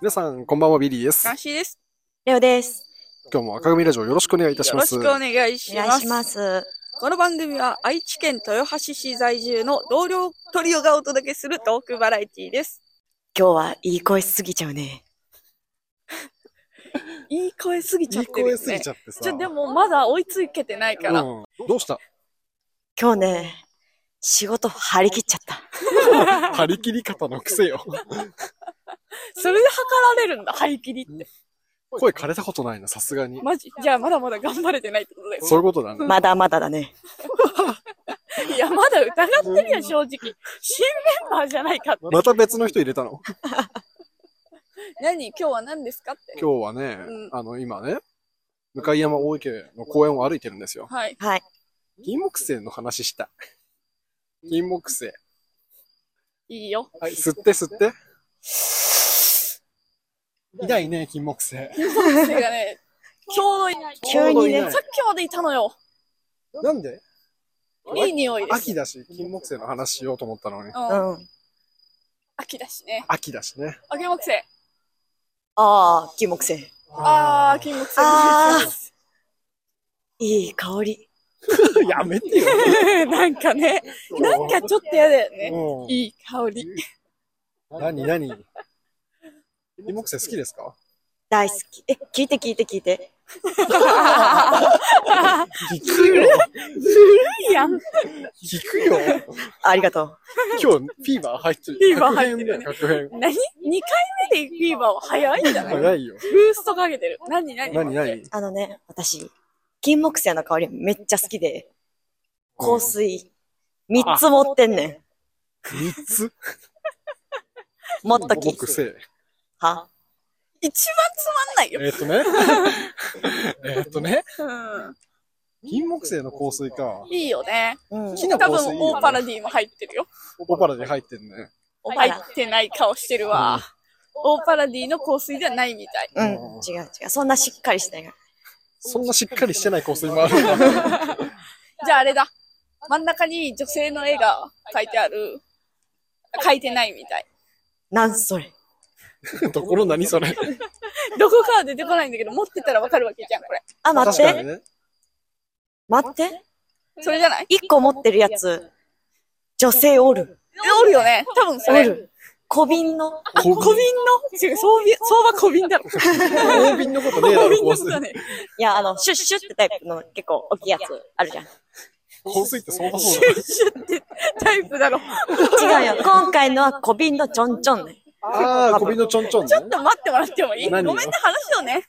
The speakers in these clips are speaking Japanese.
皆さん、こんばんは、ビリーですガ。ンシーです。レオです。今日も赤組ラジオよろしくお願いいたしよまろす。しくお願いしまおす。願いします。この番組は愛知県豊橋市在住の同僚トリオがお届けするトークバラエティです。今日はいい声しすぎちゃうね。いい声すぎちいゃっいてる声よすぎねち。ゃってさ。ちょ、でもまだ追いついけてないから。うん、どうした今日ね、仕事張り切っちゃった。張り切り方の癖よ。それで測られるんだ、張り切りって。声枯れたことないな、さすがに。マジ。じゃあまだまだ頑張れてないってことだよ。そういうことだね。まだまだだね。いや、まだ疑ってるよ、正直。新メンバーじゃないかって。また別の人入れたの。何今日は何ですかって。今日はねうん、あの、今ね、向山大池の公園を歩いてるんですよ。はい。はい。金木犀の話した。金木犀。いいよ。はい、吸って吸って。痛いね、金木犀。それ がね、ちょうどいい。ちょ急にねうどいないさっきまでいたのよ。なんでいい匂いです。秋だし、金木犀の話しようと思ったのに。うん。うん。秋だしね。秋だしね。あ、金木犀。ああ、金木犀。あー、金木犀。あいい香り。ー。 やめてよ。 なんかね、なんかちょっと嫌だよね。 うんいい香り。何何金木犀好きですか大好き。え、聞いて聞いて聞いて。聞くよいいやん。聞く よありがとう。今日フィーバー入ってる。フィーバー入ってるね確変何 ?2 回目でフィーバーは早いんじゃだないよ。ブないよ。ーストかけてる。何何何何あのね、私、金木犀の香りめっちゃ好きで、香水、三つ持ってんね三つん。持っと金き木。犀。は一番つまんないよ。えっと ね。えっとね。金木犀の香水かうん。。いいよね。うん。きな多香水い分、いよねオーパラディも入ってるよ。オパラで入ってんね。入ってない顔してるわ。オーパラディの香水ではないみたい。うん。違う違う。そんなしっかりしてない。そんなしっかりしてない香水もあるんだ。じゃああれだ。真ん中に女性の絵が描いてある。描いてないみたい。なんそれ。ところ何それ。どこかは出てこないんだけど、持ってたらわかるわけじゃん、これ。あ、待っ確かにて。ね。待って。それじゃない一個持ってるやつ、女性おる。えおるよね多分そおれ。る。小瓶の。小小瓶の違う、相場、相場小瓶だろ。大瓶のことねえだろ、小瓶の香ことだ水。ね。いや、あの、シュッシュってタイプの結構大きいやつあるじゃん。香水ってそうだそうだ。シュッシュってタイプだろ。違 うよ。今回のは小瓶のちょんちょんね。ああ、小瓶のちょんちょんねちょっと待ってもらってもいいごめ何んよね、話をね。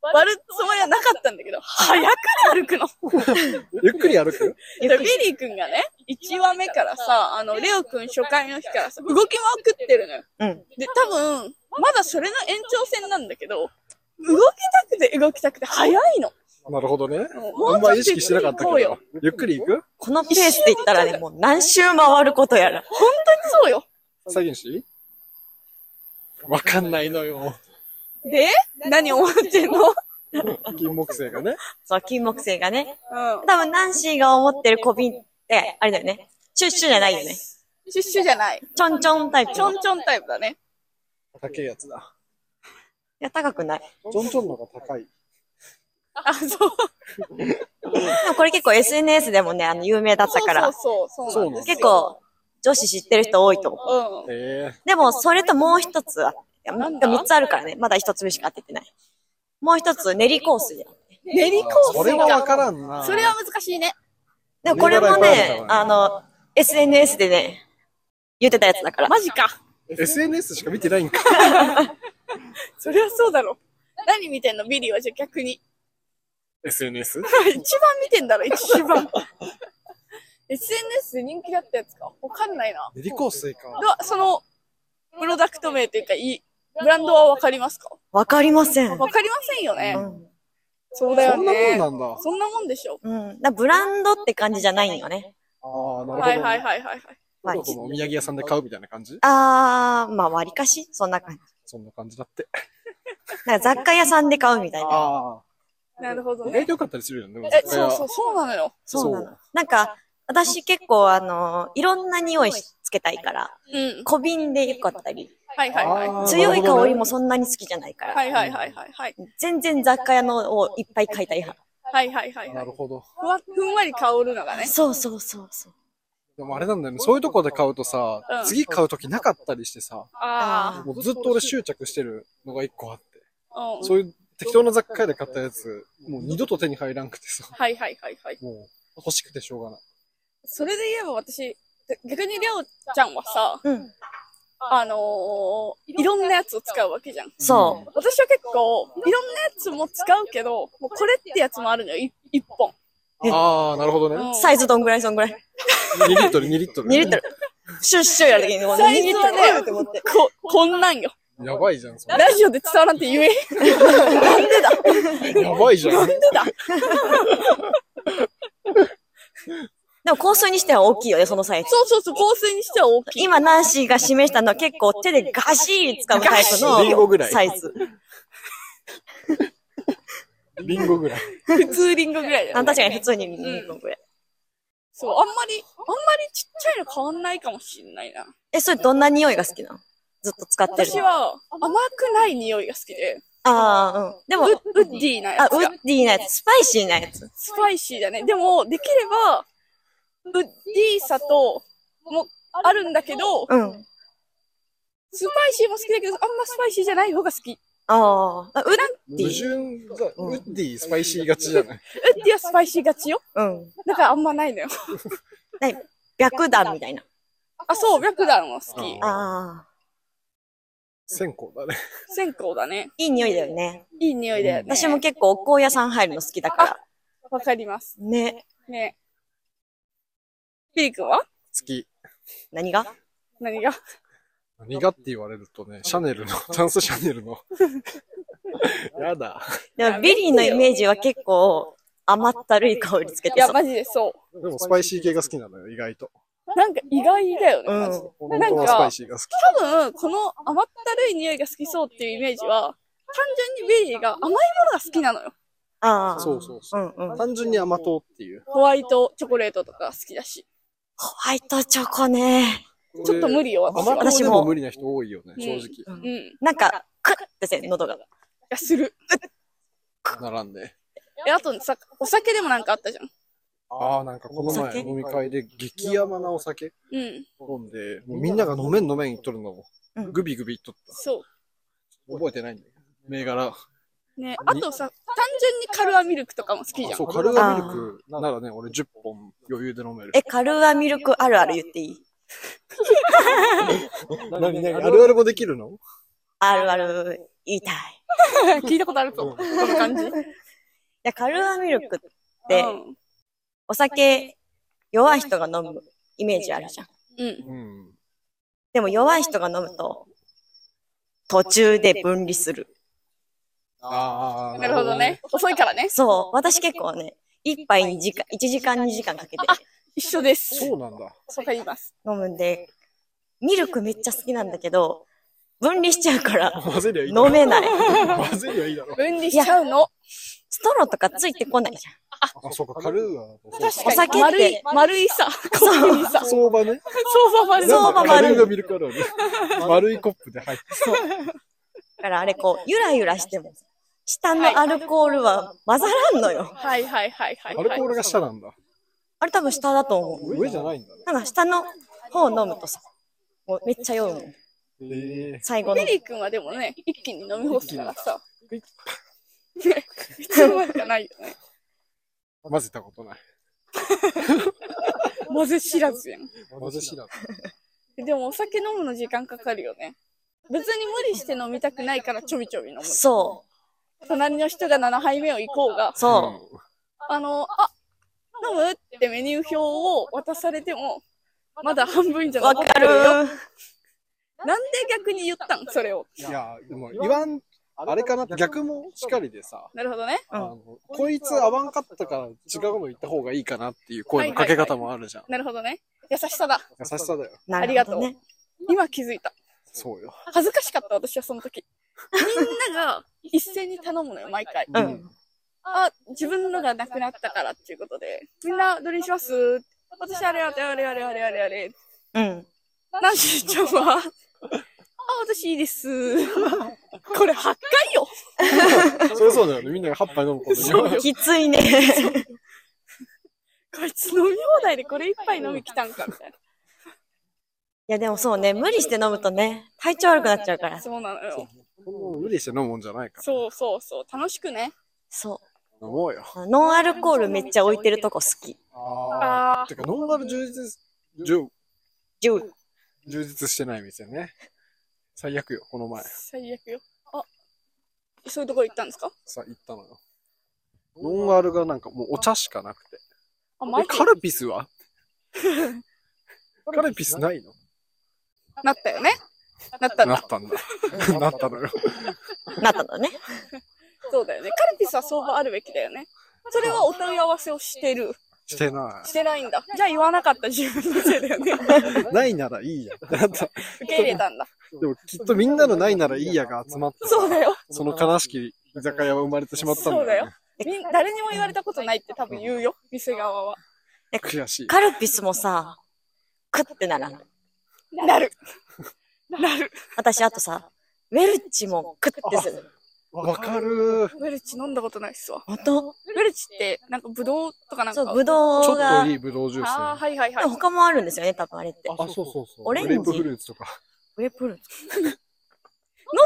割るつもりはなかったんだけど、早く歩くの。ゆっくり歩くゆっでくビりリー君がね、1話目からさ、あの、レオ君初回の日からさ、動きまくってるのよ。うん。で、多分、まだそれの延長戦なんだけど、動きたくて動きたくて早いの。なるほどね。もあんま意識してなかったけこうよど。。ゆっくり行くこのペースで言ったらね、もう何周回ることやら。そうよ。最近しわかんないのよ。で、何思ってんの金木犀がね。そう、金木犀がね。う多分、ナンシーが思ってる小瓶って、あれだよね。シュッシュじゃないよね。ん。シュッシュじゃない。ちょんちょんタイプの。ちょいんちょんタイプだね。高いやつだ。や、高くない。ちょんちょんの方が高い。あ、そう。でもこれ結構 SNS でもね、あの、有名だったから。そうそうそう。そうなんですよ結。構、女子知ってる人多いと思うう。ん。ええでも、それともう一つあって、いやなまんだ三つあるからね。まだ一つ目しか当ててない。もう一つ、練り香水だ。練り香水それはわからんな。それは難しいね。でもこれも練り香水ね、あの、SNS でね、言ってたやつだから。マジか。 SNS しか見てないんか。そりゃそうだろ。何見てんのビリーはじゃあ逆に。 SNS? 一番見てんだろ、一 番。SNS で人気だったやつか。わかんないな。練り香水か。ではその、プロダクト名というか、いい、ブランドはわかりますかわかりません。わかりませんよね。うん。そうだそよんなもんね。なんだ。そんなもんでしょ。うん。だブランドって感じじゃないんよね。ああ、なるほど。はいはいはいはいはい。まあ、京都のお土産屋さんで買うみたいな感じあー、まあ、割りかしそんな感じ。そんな感じだって。なんか雑貨屋さんで買うみたいな。あなるほどあ。意ね外。とよかったりするよね。でもえ、絶対そうはそう、そうなのよ。そうなその。なんか、私結構あの、いろんな匂いつけたいから、うん。小瓶でよかったり、はいはいはい。あー強い香りもなるそんなに好きじゃないから。はいはいはいはいはい。全然雑貨屋のをいっぱい買いたい派。はいはいはいほどねはないる。ほど。ふわ、ふんわり香るのがね。そうそうそうそう。でもあれなんだよね。そういうとこで買うとさ、うん次買うときなかったりしてさ、あもうずっと俺執着してるのが一個あって。あ。うん。そういう適当な雑貨屋で買ったやつ、もう二度と手に入らんくてさ、はいはいはいはい。もう欲しくてしょうがない。それで言えば私、逆にりょうちゃんはさ、うん。あのー、いろんなやつを使うわけじゃん。そう。私は結構、いろんなやつも使うけど、もうこれってやつもあるのよ、い一本。えああ、なるほどね。うんサイズどんぐらいそんぐらい。 2リットル、2リットル。 2リットル。シュッシュやるときにもうサ2イリズットはルねだよって思って。こ、こんなんよ。やばいじゃん、それ。ラジオで伝わらんって言え。なんでだやばいじゃなんん。でだでも香水にしては大きいよね、そのサイズ。そうそうそう、香水にしては大きい。今、ナンシーが示したのは結構手でガシー掴むタイプガシーリンゴぐのらいサイズ。リンゴぐらい。普通リンゴぐらいだよ、あね。確かに普通に2個ぐらい。そう、あんまり、あんまりちっちゃいの変わんないかもしんないな。え、それどんな匂いが好きなのずっと使ってる。私。は甘くない匂いが好きで、ああ、うん。でウも、ッウッディーなあ、やウつがッ。ディーなやつ、スパイシーなやつ。スパイシーだね。でも、できれば、ウッディーさと、も、あるんだけど、うん。スパイシーも好きだけど、あんまスパイシーじゃない方が好き。ウああ、ウッ矛ディ盾が、ウッディ、スパイシーがちじゃない。ッディはスパイシーがちよ。うん。だからあんまないのよ。白弾みたいな。あ、そう、白弾は好きあ。ああ、線香だね。線香だね。いい匂いだよね。いい匂いだよね。私も結構お香屋さん入るの好きだから。わかります。ね。ねピリ君は好き。何が何が何がって言われるとね、シャネ ルの、チャンスシャネルの。やだ。でも、ビリーのイメージは結構甘ったるい香りつけいてや、そう。マジでそでもスパイシー系が好きなのよ、意外と。う。なんか意外だよね、うマジでん。本当はスパイシーが好き。多分、この甘ったるい匂いが好きそうっていうイメージは、単純にビリーが甘いものが好きなのよ。ああ。そうそうそうう。んうん。ホ単純に甘党っていう。ホワイトチョコレートとか好きだし。ワイトチョコね。ちょっと無理。理よ、私甘は。党でも無理な人多いよね、正直。うん。いなんか、クッてせん、喉が。や、する。並んで。え、あとさ、お酒でもなんかあったじゃん。ああ、なんかこのお酒前飲み会で激甘なお酒うん。飲んで、もうみんなが飲めん飲めん言っとるのをうん、グビグビ言っとっそた。覚えてないんだよ。銘柄。う。ね。あとさ、単純にカルアミルクとかも好きじあゃんそう、。カルアミルクならね、俺10本余裕で飲める。え、カルアミルクあるある言っていいなになにあるあるもできるのあるある言いたい。い 聞いたことあるぞ。この感じ。や、カルアミルクっうて、んお酒、弱い人が飲むイメージあるじゃん。うん。うん。でも弱い人が飲むと、途中で分離する。ああ、なるほどね。。遅いからね。そう、私結構ね、一杯に時間、1時間2時間かけて一緒です。そうなんだ。わかります。飲むんで、ミルクめっちゃ好きなんだけど、分離しちゃうから、 混ぜりゃいいだろ。飲めない。混ぜりゃいい だろ。分離しちゃうの。ストローとかついてこないじあ、そうか、カルーは。確おか酒っに。て丸い、丸いさ。コップにさ。相場ね。相場丸い。相場カ丸いルーのミルクあるある。丸いコップで入って。ゃん。だからあれこう、ゆらゆらしても、下のアルコールは混ざらんのよ。はいはいはいはいアはい。ルコールが下なんだ。あれ多分下だと思う。上じゃないんだね。なんか下の方飲むとさ、もうめっちゃ酔うもん。ええ。最後のペ。リー君はでもね、一気に飲み干すか らさ。ねいつの間にかないよね。混ぜたことない。混ぜ知らずやん。混ぜ知らん。でもお酒飲むの時間かかるよね。別に無理して飲みたくないからちょびちょび飲む。そ隣の人が7杯目を行こうがう、、そう。あの、あ、飲むってメニュー表を渡されても、まだ半分じゃわ残っかてるるよ。なんで逆に言ったんそれを。いや、でも言わん、あれかな逆もしかりでさ、なるほどね。あの、こいつ合わんかったから違うの言った方がいいかなっていう声のかけ方もあるじゃん。なるほどね。優しさだ。優しさだよ。なありるがとほどうね。。今気づいた。そうよ。恥ずかしかった、私はその時。みんなが一斉に頼むのよ、毎回。うんうんあ、自分のがなくなったからっていうことで。みんな、どれにします私あれあれあれあれあれあれあれ。うん。なんでちゃんは、私いいです。これ8回よそれそうだよね。みんなが8杯飲むことにそうよきついね。こいつ飲み放題でこれ一杯飲み来たんかみたいいや、でもそうね、無理して飲むとね、体調悪くなっちゃうかな。ら。そうなのよ。そんなの無理して飲むもんじゃないから。そうそうそう。楽しくね。そ飲もうよ。う。ノンアルコールめっちゃ置いてるとこ好き。あああ。てか、ノンアル充実、充、ジュー。充実してない店ね。最悪よ、このあ、前。最悪よ。あ、そういうとこ行ったんですかさ、行ったのよ。ノンアルがなんかもうお茶しかなくて。あ、えマジカルピスはカルピスないのなったよね。なったんなだっ。たんだ。なったのよ。なったのね。そうだよね。カルピスは相場あるべきだよね。それはお問い合わせをしてる。してなしてないんだ。じゃあ言わなかった自分のせいだよね。い。ないならいいや。だって受け入れたんだ。でもきっとみんなのないならいいやが集まって、そうだよ。その悲しき居酒屋は生まれてしまったんだそうだよね。みん誰にも言われたことないって多分言うよ。店側は。悔しい。カルピスもさ、クってならん。なる。なる。私、あとさ、ウェルチもクってする。わかるー。ウェルチ飲んだことないっすわ。本当ウェルチって、なんかブドウとかなんか。そう、ブちょドウっがとい。いブドウジュースね。ああ、はいはいはいでも。他もあるんですよね、多分あれって。あ、そうそうそう。オレングジレープフルーツとか。グレープフルーツ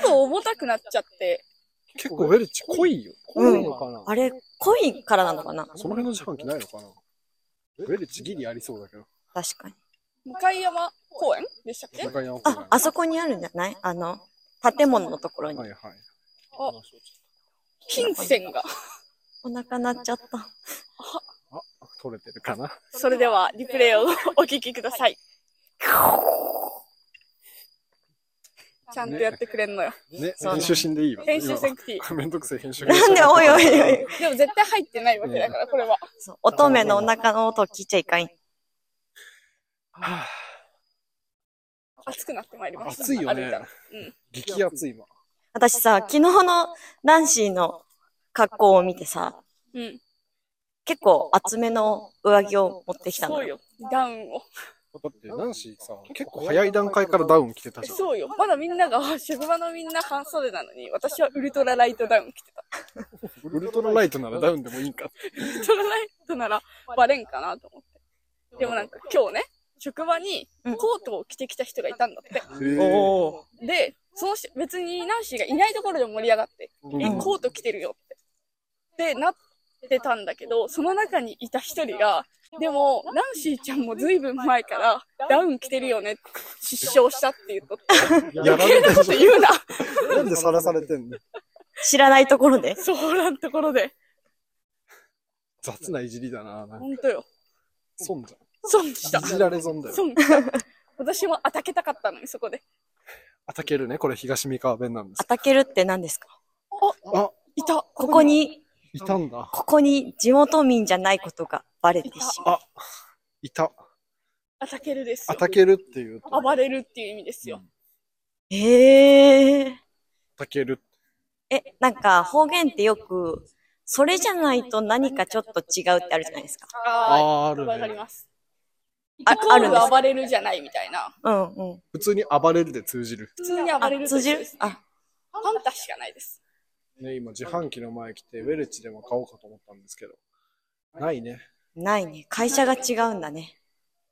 喉重たくなっちゃって。結構ウェルチ濃いよ。うん濃いのかな、あれ、濃いからなのかなその辺の自販機ないのかなウェルチギリありそうだけど。確かに。向山公園でしたっけ中山あ、あそこにあるんじゃないあの、建物のところにはい。はい。金銭が。お腹鳴っちゃった。取れてるかなそれでは、リプレイをお聞きください。ちゃんとやってくれんのよ。ね、そう編集しんでいいわ。編集センクティ今 めんどくせえ編集なんで、おいおいおい。 ー。でも絶対入ってないわけだから、これは。そう乙女のお腹の音を聞いちゃいかん。は熱くなってまいりあました。暑いよね歩た。うん。激熱い今。私さ、昨日のナンシーの格好を見てさ、うん。結構厚めの上着を持ってきたのそう。よ。ダウンを。だって、ナンシーさ、結構早い段階からダウン着てたじゃん。そうよ。まだみんなが、職場のみんな半袖なのに、私はウルトラライトダウン着てた。ウルトラライトならダウンでもいいんか。ウルトラライトならバレんかなと思って。でもなんか今日ね、職場にコートを着てきた人がいたんだって。へーおで、その人、別にナンシーがいないところで盛り上がって、うんえ、コート着てるよって。で、なってたんだけど、その中にいた一人が、でも、ナンシーちゃんも随分前からダウン着てるよね、失笑したって言うとって、やられ余計てなこと言 うな、る。なんでさらされてんの知らないところで。そうなんところで。雑ないじりだな。なんかほんとよ。損じ損しゃん。たい。じられ損だよ。損した。私もあたけたかったのに、そこで。あたけるね。これ東三河弁なんですあ。たけるって何ですかあ、いた。ここに、いたんだ。ここに地元民じゃないことがバレてしまう。あ、いた。あたけるですあよ。たけるっていうと。暴れるっていう意味ですよ。ええー。たける。え、なんか方言ってよく、それじゃないと何かちょっと違うってあるじゃないですか。ああー、ああ、るわかりね。ます。あイコーあるルんですか暴れるじゃないみたいな。うんうん。普通に暴れるで通じる。普通に暴あれる、と通じるですねあ、ファンタしかないです。ね、今自販機の前来て、ウェルチでも買おうかと思ったんですけど。ないね。ないね。会社が違うんだね。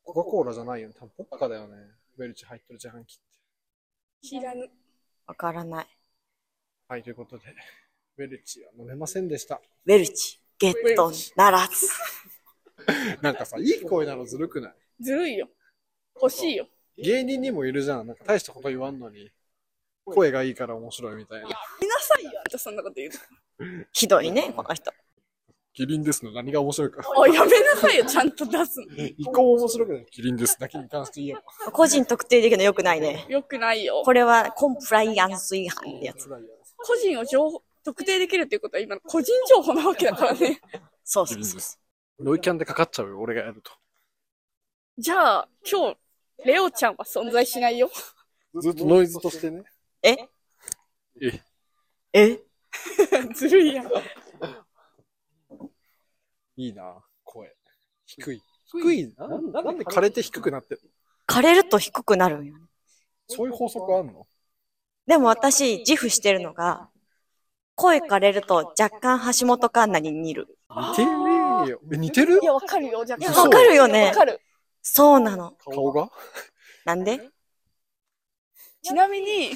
コカ・コーラじゃないよね。多分ポッカだよね。ウェルチ入ってる自販機って。知らぬ。わからない。はい、ということで、ウェルチは飲めませんでした。ウェルチ、ゲットならず。なんか さ、いい声なのずるくないずるいよ。欲しいよ。芸人にもいるじゃん。なんか大したこと言わんのに、声がいいから面白いみたいな。あんたそんなこと言うと。ひどいね、この人。キリンですの何が面白いか。おい、やめなさいよ、ちゃんと出すの。一個も面白くない。キリンですだけに関 して言えば。個人特定できるの良くないね。よくないよ。これはコンプライアンス違反ってやつ。辛いよ。個人を情報、特定できるっていうことは今の個人情報なわけだからね。そうキそリンうでそう。す。ロイキャンでかかっちゃうよ、俺がやるじゃあ、今日、レオちゃんは存在しないよ。と。ずっとノイズとしてね。えええずるいやん。いいな、声。低い。低いな。なんで枯れて低くなってるの枯れると低くなるんよね。そういう法則あんのでも私、自負してるのが、声枯れると若干橋本環奈に似る。似てねえよ。え、似てるいや、わかるよ、若いや干。わかるよねわかる。そうなの。顔がなんでちなみに、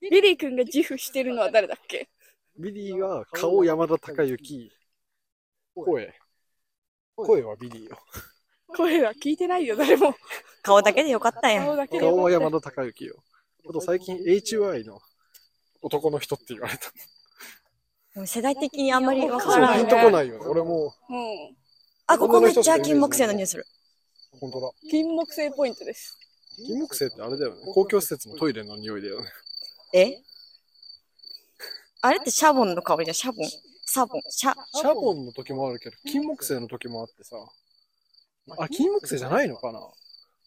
ビリー君が自負してるのは誰だっけビリーは顔山田孝之。声。声はビリーよ。声は聞いてないよ、誰も。顔だけでよかったや顔ん。だけでよ顔かはった。山田孝之よ。あと最近 HY の男の人って言われた。もう世代的にあんまりわそうかそう、らピんンねと。こないよね。俺も、うん。あ、ここめっちゃ金木犀の匂いする。本当だ。金木犀ポイントです。金木犀ってあれだよね。公共施設のトイレの匂いだよね。えあれってシャボンの香りじゃん、シャボン。サボン、シャ、シャボンの時もあるけど、金木犀の時もあってさ。あ、金木犀じゃないのかな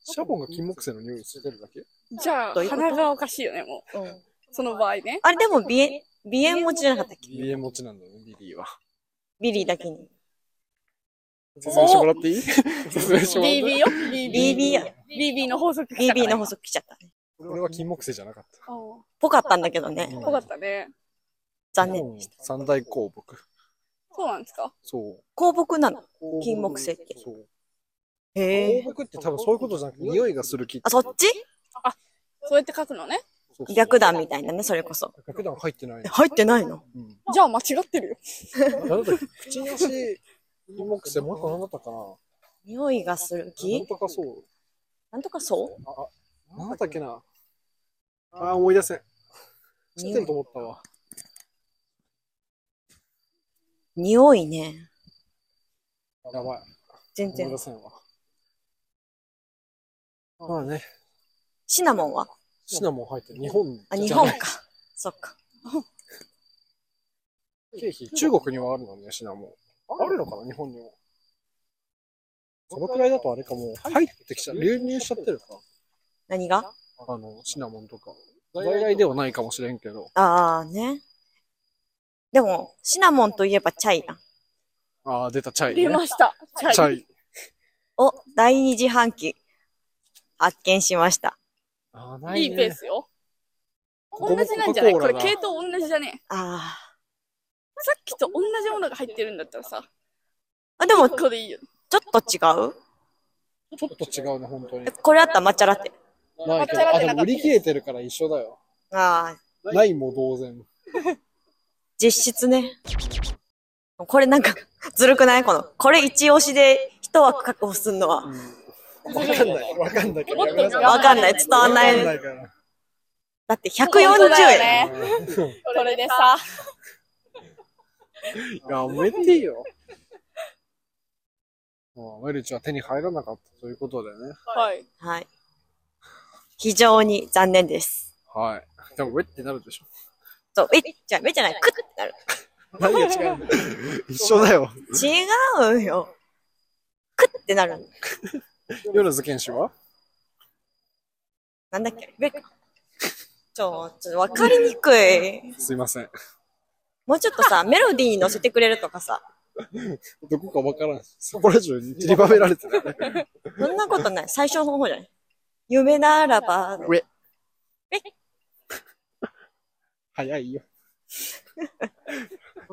シャボンが金木犀の匂いしてるだけじゃあ、どういうこと鼻がおかしいよね、もうんう。その場合ね。あれでも鼻炎、鼻炎持ちじゃなかったっけ家持ちなんだよね、ビリーは。ビリーだけに。説明してもらっていい説明してもらっていい BB よ。 BB や。 BB の法則。 BB の法。則来ちゃったね。俺は金木犀じゃなかっうん。ぽかったんだけどね。た。ぽかったね。残念。日本三大鉱木。そうなんですかそう。香木なの金木犀って。そう。へ鉱え。木って多分そういうことじゃなくて、匂いがする木ってあ、そっちそうやって書くのね。そうそう白檀みたいなね、それこそ。白檀入ってないえ。入ってないのうん。じゃあ間違ってるよ。なんだっけ口なし、金木犀、もう一個何だったかな匂いがするなん木とかそう。なんとかそあ、あなんだったっけなあー、思い出せん。う知ってると思ったわ。匂いね。やばい。全思い然出。せんわ。まあね、シナモンはシナモン入ってる。日本あ、じ日ゃな本いか。そっか。経費、中国にはあるのね、シナモン。あるのかな、日本にも。そのくらいだとあれかもう、入ってきちゃう、流入しちゃってるか。何があの、シナモンとか。在来ではないかもしれんけど。ああ、ね。でも、シナモンといえばチャイだ。ああ、出た、チャイ、ね。出ました。チャイ。お、第二次半期、発見しました。ああ、ないいペースよ。ここ同もじなんじゃないコこカコーれラだ系統同じじゃねえ。あさっきと同じものが入ってるんだったらさ、あ。あ、でこも、ちょこでいいよ。っと違うちょっと違うね、本当にえ。これあった抹茶ラテ。ないけど。あ、でも売り切れてるから一緒だよ。ああ、ないも同然。実質ね。これなんか、ずるくないこの、これ一押しで一枠確保すんのは。わかんない。わかんないけど。もっとやめなさいわかんない。伝わんなわかんい。いから。だって140本当だよ円。ね。これでさ、やめて よ。もう、ウェルチは手に入らなかったということでね。はい。はい。非常に残念です。はい。 でも、ウェってなるでしょ。そう、え、じゃあ、目じゃない、クッってなる。何が違うんだよ 一緒だよ。違うよ。クッってなる。夜ズケン氏はなんだっけベッカ。ちょ、ちょ、わかりにくい。すいません。もうちょっとさ、メロディーに乗せてくれるとかさ、どこかわからん。そこら中に散りばめられてる、ね。そんなことない。最初の方じゃない。夢ならば、上。 早い よ。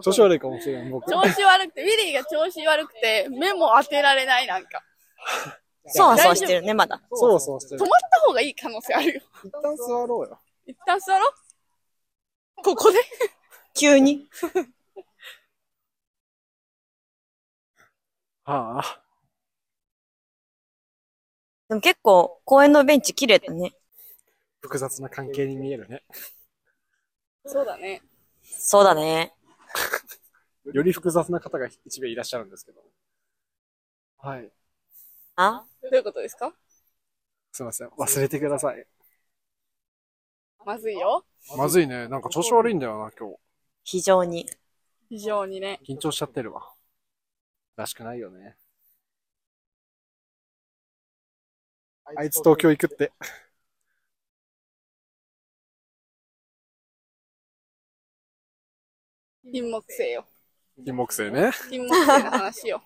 調子悪いかもしれん、僕。調子悪くて、ウィリーが調子悪くて、目も当てられないなんか。そわそわしてるね、まだ。そわそわして止まる。った方がいい可能性あるよ。一旦座ろうよ。一旦座ろう。ここで急に。はあ。でも結構、公園のベンチ綺麗だね。複雑な関係に見えるね。そうだね。そうだね。より複雑な方が一名いらっしゃるんですけど。はい。あどういうことですかすいません。忘れてください。まずいよ。まずいね。なんか調子悪いんだよな、今非常に。非常にね。日。緊張しちゃってるわ。らしくないよね。あいつ東京行くって。金木犀よ。金木犀ね。金木犀の話よ。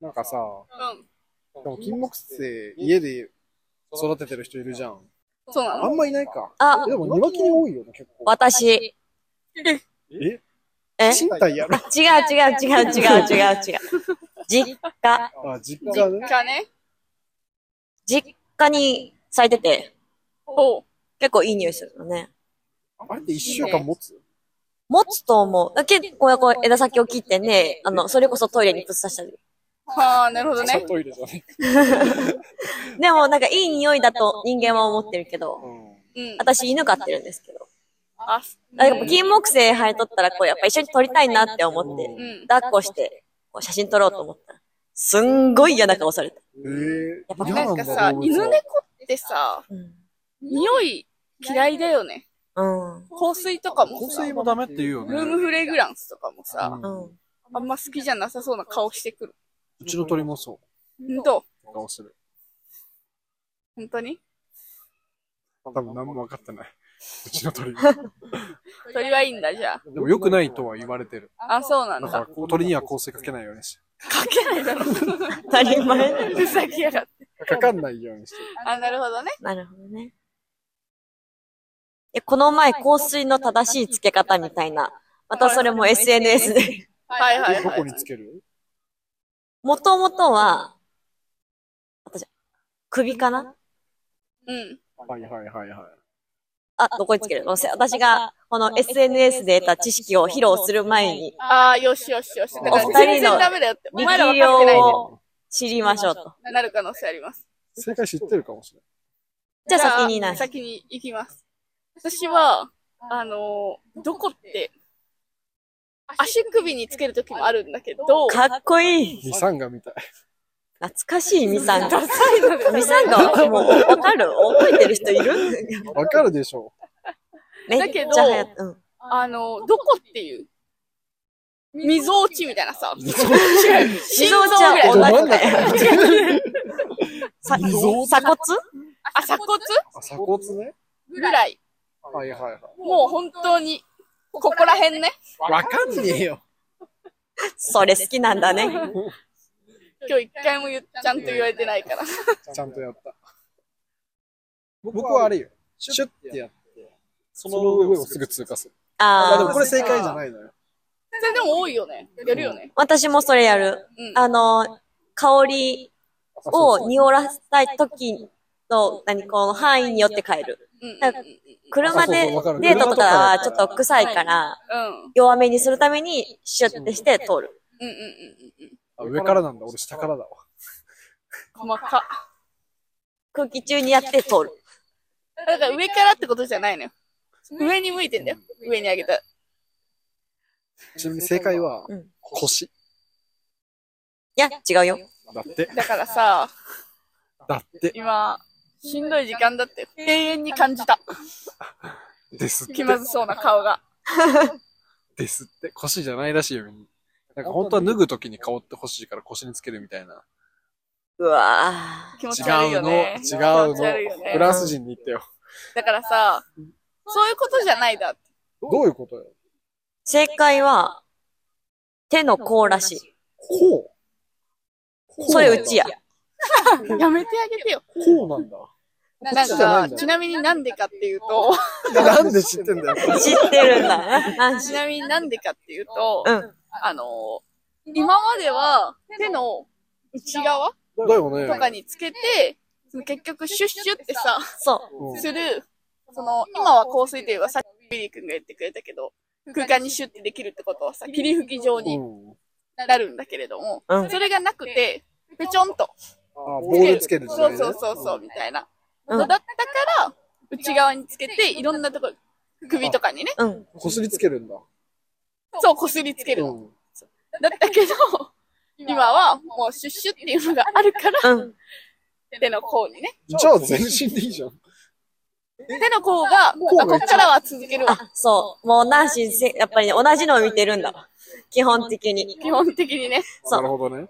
なんかさ、うん。でも金木犀家で育ててる人いるじゃん。そうなあのんまいないか。あ、でも、庭木に多いよね、結構。私。ええ賃貸やろ。違う違う 違う違う違う違う。実家、あ、実実家ね。家ね。実家に咲いてて、おう。結構いい匂いするのね。あれって一週間持つ持つと思う。だけこうやこう枝先を切ってね、あの、それこそトイレにぶっ刺したり。はあ、なるほどさね。トイレじゃね。でもなんかいい匂いだと人間は思ってるけうど、ん。うん。私犬飼ってるんですけど。あ、やっぱ金木犀生えとったらこうやっぱ一緒に撮りたいなって思ってう、うん。抱っこして、こう写真撮ろうと思ったら。すんごい嫌な顔された。えーやっぱ嫌なんだかさ、動物犬は猫ってさ、うん。匂い嫌いだよね。うん。香水とかも香さ、水ルもダメって言うよね。ームフレグランスとかもさ、ううんん。あんま好きじゃなさそうな顔してくる。うちの鳥もそほんとう。顔する。本当に多分何も分かってない。うちの鳥 も。鳥はいいんだ、じゃあ。でも良くないとは言われてる。あ、そうなんだだ。から、鳥には香水かけないようにしかけないだろ。当たり前。ふざけやがって。て。かかんないようにしてる。あ、なるほどね。なるほどね。え、この前、香水の正しい付け方みたいな。またそれも SNS で。はいはいどはこい。につけるもともとは、私、首かなうん。はいはいはいはい。あ、どこにつけるせ私が、この SNS で得た知識を披露する前に、ああ、よしよしよし。だからお二人の全然ダメだよって。お前ら分力かってない量ね。を知りましょうと。なる可能性あります。正解知ってるかもしれじゃあ先にじゃなあ。先に行きます。私は、あのーどこって、足首につけるときもあるんだけど、かっこいい。ない。ミサンガみたい。懐かしいミサンガ。ダサいのでミサンガはもう、わかる覚えてる人いるわかるでしょめっちゃ流行った。うん。あのーどこっていう、溝落ちみたいな さ、う。そう心臓ぐらいどの、真ん中。 さ鎖溝骨あ、鎖骨あ鎖骨ね。ぐらい。はいはいはい。もう本当に、ここら辺ね。わかんねえよ。それ好きなんだね。今日一回も言っちゃんと言われてないから。ちゃんとやった。僕はあれよ。シュッてやって、その上をすぐ通過する。あ、でもあこあ。れ正解じゃないのよ。それでも多いよね。やるよね。私もそれやる。うん。あの、香りを匂らせたい時の、何、この範囲によって変える。うんうんなんか車あそうでそうわかるデートとかはちょっと臭いから、うん。弱めにするためにシュッてして通る。うんうんうんうん。あ上からなんだ、俺下からだわ。細か。空気中にやって通る。だから上からってことじゃないのよ。上に向いてんだよ。上に上げた。ちなみに正解はうん、腰。いや、違うよ。だって、だからさ、だって、今、しんどい時間だって永遠に感じた。ですって気、まずそうな顔が。ですって、腰じゃないらしいよ、みんな。なんか本当は脱ぐときに香ってほしいから腰につけるみたいな。うわ気持ち悪い違うよの、ね。違気うの持ち悪いよ。フね。ランス人に言ってよ。だからさ、そういうことじゃないだって。どういうことよ正解は、手の甲らしい。こうそれうちや。。やめてあげてよ。こうなんだ。なんじゃないかんだ、よちなみになんでかっていうと、 なんで知ってんだよ。知ってるんだ。安ち心。なみになんでかっていうと、うん。あの、今までは手の内側だよね。とかにつけて、その結局シュッシュってさ、そう。うんする、その、今は香水というかさっきビリー君が言ってくれたけど、空間にシュッてできるってことはさ、霧吹き状にうん。なるんだけれども、うんそれがなくて、ぺちょんとあ、ボールつけるじゃそないうねそうそうそう、みたいな。うんだったから、内側につけて、いろんなところ、首とかにね、うん。こすりつけるんだ。そう、こすりつけるうの。ん。だったけど、今はもうシュッシュっていうのがあるから、うん。手の甲にね。じゃあ全身でいいじゃん。手の甲が、あ甲が一番こっからは続けるわ。あ、そう。もうナンシーせ、やっぱりね、同じのを見てるんだわ。基本的に。基本的にね。そうなるほどね。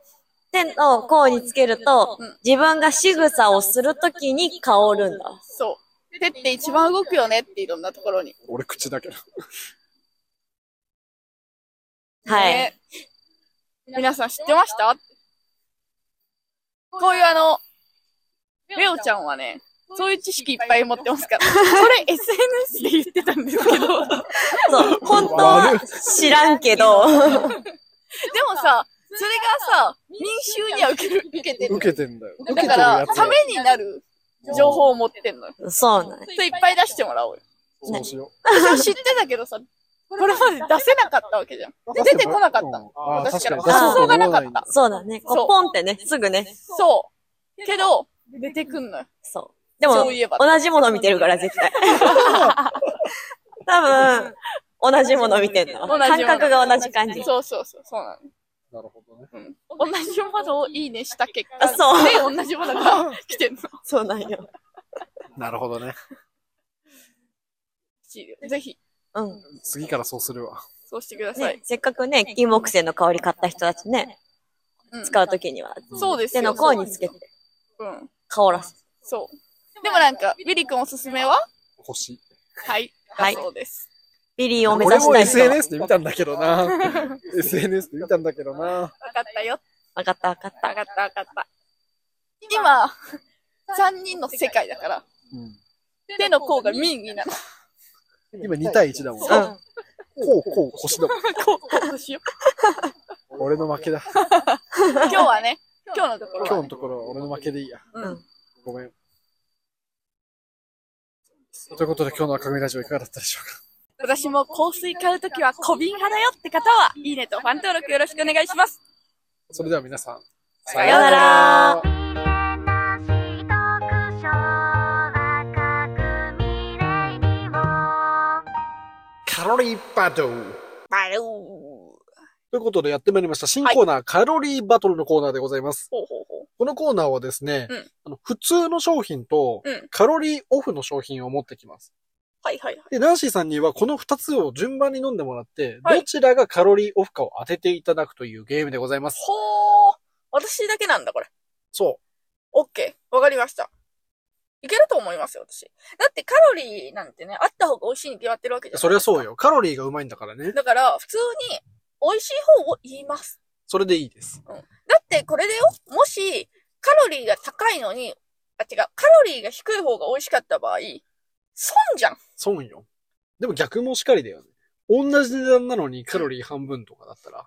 手の甲につけるとうん、自分が仕草をするときに香るんだわ。そう。手って一番動くよねっていろんなところに。俺口だけど。はい。ね皆さん知ってましたこういうあの、レオちゃんはね、そういう知識いっぱい持ってますから。これ SNS で言ってたん ですけど、でもそう、本当は知らんけど、さ、それがさ、民衆には受ける、受けてる。受けてんだよ。受けてだるからや、つためになる情報を持ってんのよ。そうなん。それいっぱい出してもらおうよ。そうしよ私は知ってたけどさ、これまで出せなかったわけじゃん。う。で出てこなかったうんああ、私確かからに。発想がなかった。そうだね。こそうう、ポンってね、すぐね。そう。けど、出てくんのよ。そう。でも、そういえば同じもの見てるから、絶対。多分、同じもの見てんの。同じも感の覚が同じ感じ。そうそうそう、そうななるほどね。の。同じものをいいねした結果、あそうで、同じものが来てんの。 そうなんよ。なるほどね。ぜひ、うん。次からそうするわ。そうしてくださいね。、せっかくね、金木犀の香り買った人たちね、うん使うときには、そうです手よ。の甲につけて、うん。香らす。そう。でもなんか、ウィリ君おすすめは星。はい。はいだそうです。ビリーを目俺指しもたい人は。 SNS で見たんだけどな。SNS で見たんだけどな。わかったよ。わかったわかっわた。かったわかった。今、3人の世界だから、うん手の甲が民になる。今2対1だもん。うこん。う、こう、腰だもん。こう、こうしよう。俺の負 けだ。今日はね、今日のところはね、今日のところは俺の負けでいいや。うんごめん。ということで今日の赤組ラジオいかがだったでしょうか私も香水買うときは小瓶派だよって方は、いいねとファン登録よろしくお願いします。それでは皆さん、さようならカロリーバトルバルー。ほということでやってまいりました新コーナー、カロリーバトルのコーナーでございます。うほうほう。このコーナーはですね、うんあの普通の商品とうんカロリーオフの商品を持ってきます。はいはいはい。で、ナンシーさんにはこの2つを順番に飲んでもらって、はいどちらがカロリーオフかを当てていただくというゲームでございます。ほー。私だけなんだ、これ。そオッケー。わかりました。いけると思いますよ、私。だってカロリーなんてね、あった方が美味しいに決まってるわけじう。ゃん。そりゃそうよ。カロリーがうまいんだからね。だから、普通に、美味しい方を言います。それでいいです。だって、これでよ、もし、カロリーが高いのに、あ、違う、カロリーが低い方が美味しかった場合、損じゃん。損よ。でも逆もしかりだよね。同じ値段なのにカロリー半分とかだったら、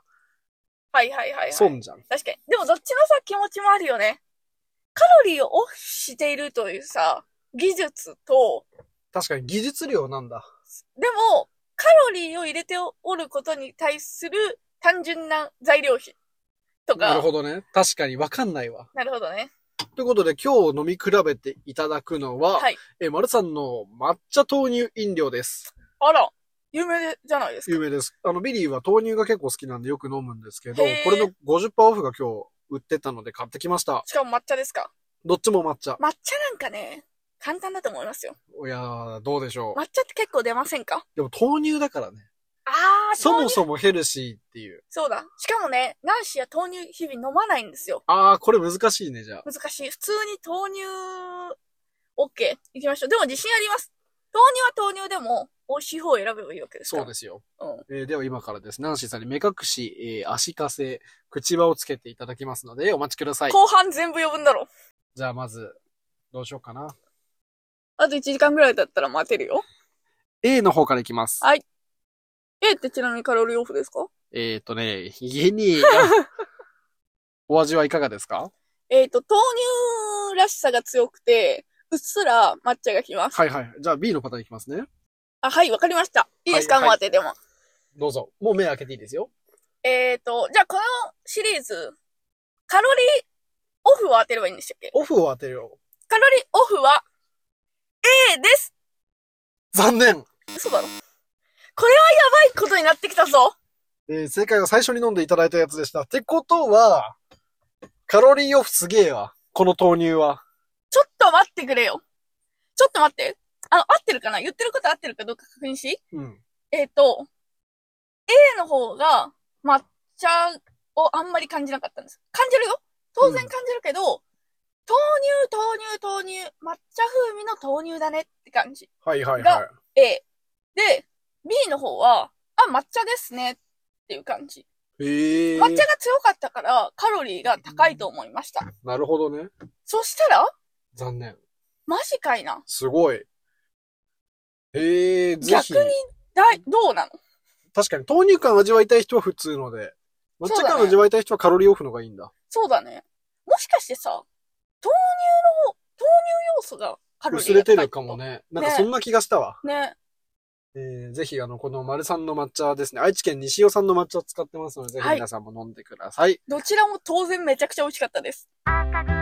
はいはいはい、はい。損じゃん。確かに。でもどっちのさ、気持ちもあるよね。カロリーをオフしているというさ、技術と、確かに技術量なんだ。でも、カロリーを入れておることに対する単純な材料費とか。なるほどね。確かにわかんないわ。なるほどね。ということで今日飲み比べていただくのは、はい。え、丸さんの抹茶豆乳飲料です。あら、有名じゃないですか。有名です。あの、ビリーは豆乳が結構好きなんでよく飲むんですけどへー、これの50%オフが今日売ってたので買ってきました。しかも抹茶ですか。どっちも抹茶。抹茶なんかね、簡単だと思いますよ。いやー、どうでしょう。抹茶って結構出ませんかでも豆乳だからね。あー、そ豆も乳そもヘルシーっていう。そうだ。しかもね、ナンシーは豆乳日々飲まないんですよ。あー、これ難しいね、じゃあ。難しい。普通に豆乳、OK。行きましょう。でも自信あります。豆乳は豆乳でも、美味しい方を選べばいいわけですから。そうですよ。うんえーでは今からです。ナンシーさんに目隠し、えー足かせ、口輪をつけていただきますので、お待ちください。後半全部呼ぶんだろ。じゃあまず、どうしようかな。あと1時間ぐらいだったら待てるよ。 A の方からいきます。はい A ってちなみにカロリーオフですかえっ、ー、とね、家 に、お味はいかがですかえっ、と、豆乳らしさが強くて、うっすら抹茶がきます。はいはい。じゃあ B のパターンいきますね。あ、はい、わかりました。いいですか、はいもう当てても。どうぞ。もう目開けていいですよ。えっ、と、じゃあこのシリーズ、カロリーオフを当てればいいんでしたっけオフを当てよう。カロリーオフは A です残念、嘘だろ。これはやばいことになってきたぞ。えー正解は最初に飲んでいただいたやつでした。ってことは、カロリーオフすげえわ。この豆乳は。ちょっと待ってくれよ。ちょっと待って。あの、合ってるかな言ってること合ってるかどうか確認し。うん。えっ、と、A の方が抹茶をあんまり感じなかったんです。感じるよ当然感じるけど、豆乳、豆乳、豆乳、抹茶風味の豆乳だねって感じ。はいはいはがい。 A。で、B の方は、あ、抹茶ですねっていう感じ。ええ抹茶が強かったからカロリーが高いと思いました。なるほどね。そしたら、残念。抹マジかいな。すごい。えー、ぜ逆ひ。にだい、どうなの確かに、豆乳感味わいたい人は普通ので、抹茶感味わいたい人はカロリーオフのがいいんだ。そうだね。もしかしてさ、豆乳の、豆乳要素がカロリー薄れてるかもね。ね。なんかそんな気がしたわ。ね。えーぜひ、あの、この丸さんの抹茶ですね、愛知県西尾さんの抹茶を使ってますので、ぜひはい皆さんも飲んでください。どちらも当然めちゃくちゃ美味しかったです。赤く